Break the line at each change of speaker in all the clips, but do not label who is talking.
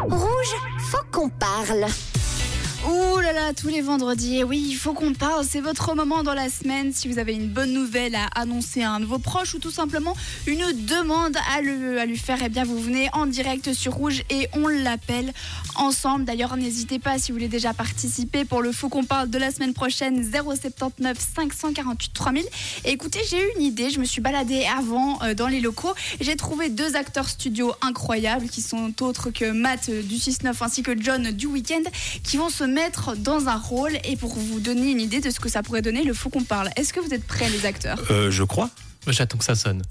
Rouge, faut qu'on parle.
Ouh là là, tous les vendredis, et oui, il faut qu'on parle, c'est votre moment dans la semaine. Si vous avez une bonne nouvelle à annoncer à un de vos proches ou tout simplement une demande à, le- à lui faire, eh bien vous venez en direct sur Rouge et on l'appelle ensemble. D'ailleurs, n'hésitez pas si vous voulez déjà participer pour le Faut qu'on parle de la semaine prochaine, 079 548 3000. Et écoutez, j'ai eu une idée, je me suis baladée avant euh, dans les locaux, j'ai trouvé deux acteurs studio incroyables qui sont autres que Matt euh, du 6-9 ainsi que John du Weekend qui vont se mettre dans un rôle et pour vous donner une idée de ce que ça pourrait donner, le faut qu'on parle. Est-ce que vous êtes prêts les acteurs
Euh, je crois.
J'attends que ça sonne.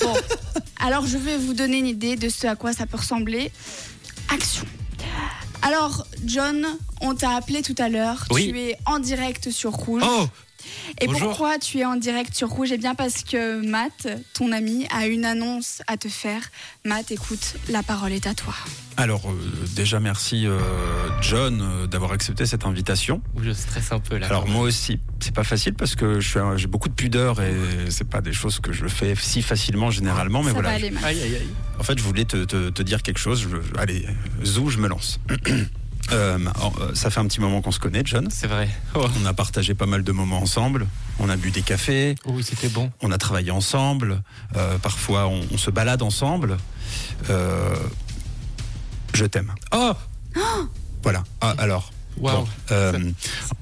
Bon, alors je vais vous donner une idée de ce à quoi ça peut ressembler. Action. Alors John, on t'a appelé tout à l'heure,
Oui.
tu es en direct sur Rouge.
Oh
et
bonjour.
pourquoi tu es en direct sur Rouge Eh bien parce que Matt, ton ami, a une annonce à te faire. Matt, écoute, la parole est à toi.
Alors, euh, déjà, merci euh, John euh, d'avoir accepté cette invitation.
Ouh, Je stresse un peu là.
Alors, moi aussi, c'est pas facile parce que je suis un- j'ai beaucoup de pudeur et c'est pas des choses que je fais si facilement
Oh,
généralement, mais
ça
voilà.
va
je-
aller, Matt.
Aïe, aïe, aïe.
En fait, je voulais te, te- te dire quelque chose. Je- je- allez, zou, je me lance. Euh, en- euh, ça fait un petit moment qu'on se connaît, John.
C'est vrai. Oh.
On a partagé pas mal de moments ensemble. On a bu des cafés,
Oui, Oh, c'était bon.
on a travaillé ensemble, euh, parfois on, on se balade ensemble. Euh, je t'aime.
Oh
Voilà. Ah, alors.
Waouh.
Bon, euh,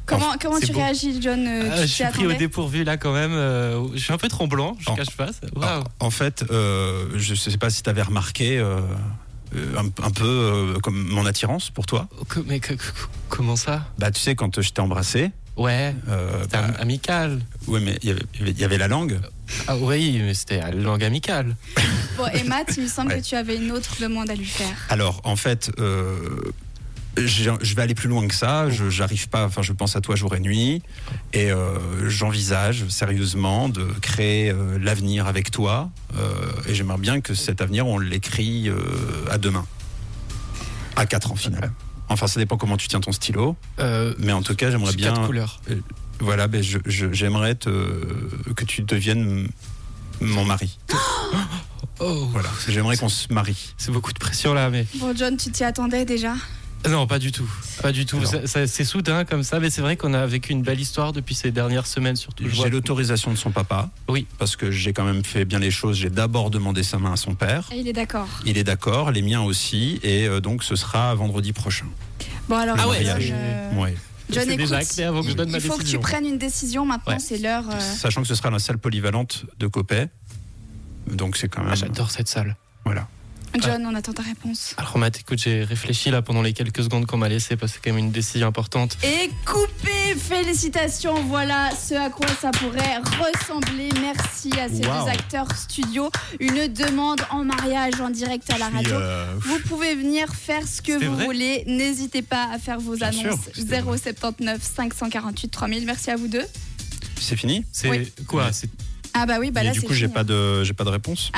Comment, comment
c'est
tu
beau.
réagis, John Euh,
Ah,
Tu
je
t'y
suis pris au
attendais
dépourvu là quand même. Euh, je suis un peu tremblant, je
Oh.
cache pas. ça.
en,
Waouh.
en fait, euh, je ne sais pas si tu avais remarqué euh, euh, un, un peu euh, comme mon attirance pour toi.
Oh, Co- Mais co- co- comment ça
Bah, tu sais, quand je t'ai embrassé,
Ouais,
euh,
c'était am- amical.
oui, mais il y avait- il y avait- il y avait la langue.
Ah oui, mais c'était à la langue amicale.
Bon, et Matt, il me semble
Ouais.
que tu avais une autre demande à lui faire.
Alors, en fait, euh, j'ai- je vais aller plus loin que ça. Je j'arrive pas. Enfin, je pense à toi jour et nuit, et euh, j'envisage sérieusement de créer euh, l'avenir avec toi. euh, et j'aimerais bien que cet avenir, on l'écrit euh, à demain, à quatre ans final. Enfin, ça dépend comment tu tiens ton stylo,
Euh,
mais en tout cas, j'aimerais
j'ai
bien.
quatre couleurs.
Voilà, ben, je- je- j'aimerais te- que tu deviennes mon mari.
Oh,
Voilà, j'aimerais qu'on se marie.
c'est beaucoup de pression là, mais
Bon, John, tu t'y attendais déjà
non, pas du tout, pas du tout.
Alors.
Ça- ça- C'est soudain comme ça, mais c'est vrai qu'on a vécu une belle histoire depuis ces dernières semaines surtout. Je vois-
J'ai l'autorisation de son papa.
Oui.
Parce que j'ai quand même fait bien les choses. J'ai d'abord demandé sa main à son père.
Et Ah, il est d'accord.
Il est d'accord, les miens aussi. Et euh, donc ce sera vendredi prochain.
Bon, alors,
Le
Ah ouais,
John,
mariage.
euh,
Ouais.
John,
C'est
écoute,
déjà acté avant que je
il-
donne ma
il faut que tu
décision.
prennes une décision maintenant,
Ouais.
c'est l'heure. euh,
Sachant que ce sera dans la salle polyvalente de Copet. Donc c'est quand même.
Ah, J'adore cette salle.
Voilà.
John, on attend ta réponse.
Alors Matt, écoute, j'ai réfléchi là pendant les quelques secondes qu'on m'a laissé parce que c'est quand même une décision importante.
Et coupé Félicitations, voilà ce à quoi ça pourrait ressembler. Merci à ces
Wow.
deux acteurs studio. Une demande en mariage en direct à la
Puis,
radio.
euh,
Vous pouvez venir faire ce que
C'était
vous
vrai
voulez. N'hésitez pas à faire vos
Bien sûr,
annonces.
c'était vrai.
079 548 3000. Merci à vous deux.
c'est fini.
C'est
Oui.
quoi
Oui.
C'est
Ah bah oui, bah
Et
là
du
c'est
coup j'ai
fini.
pas de j'ai pas de réponse.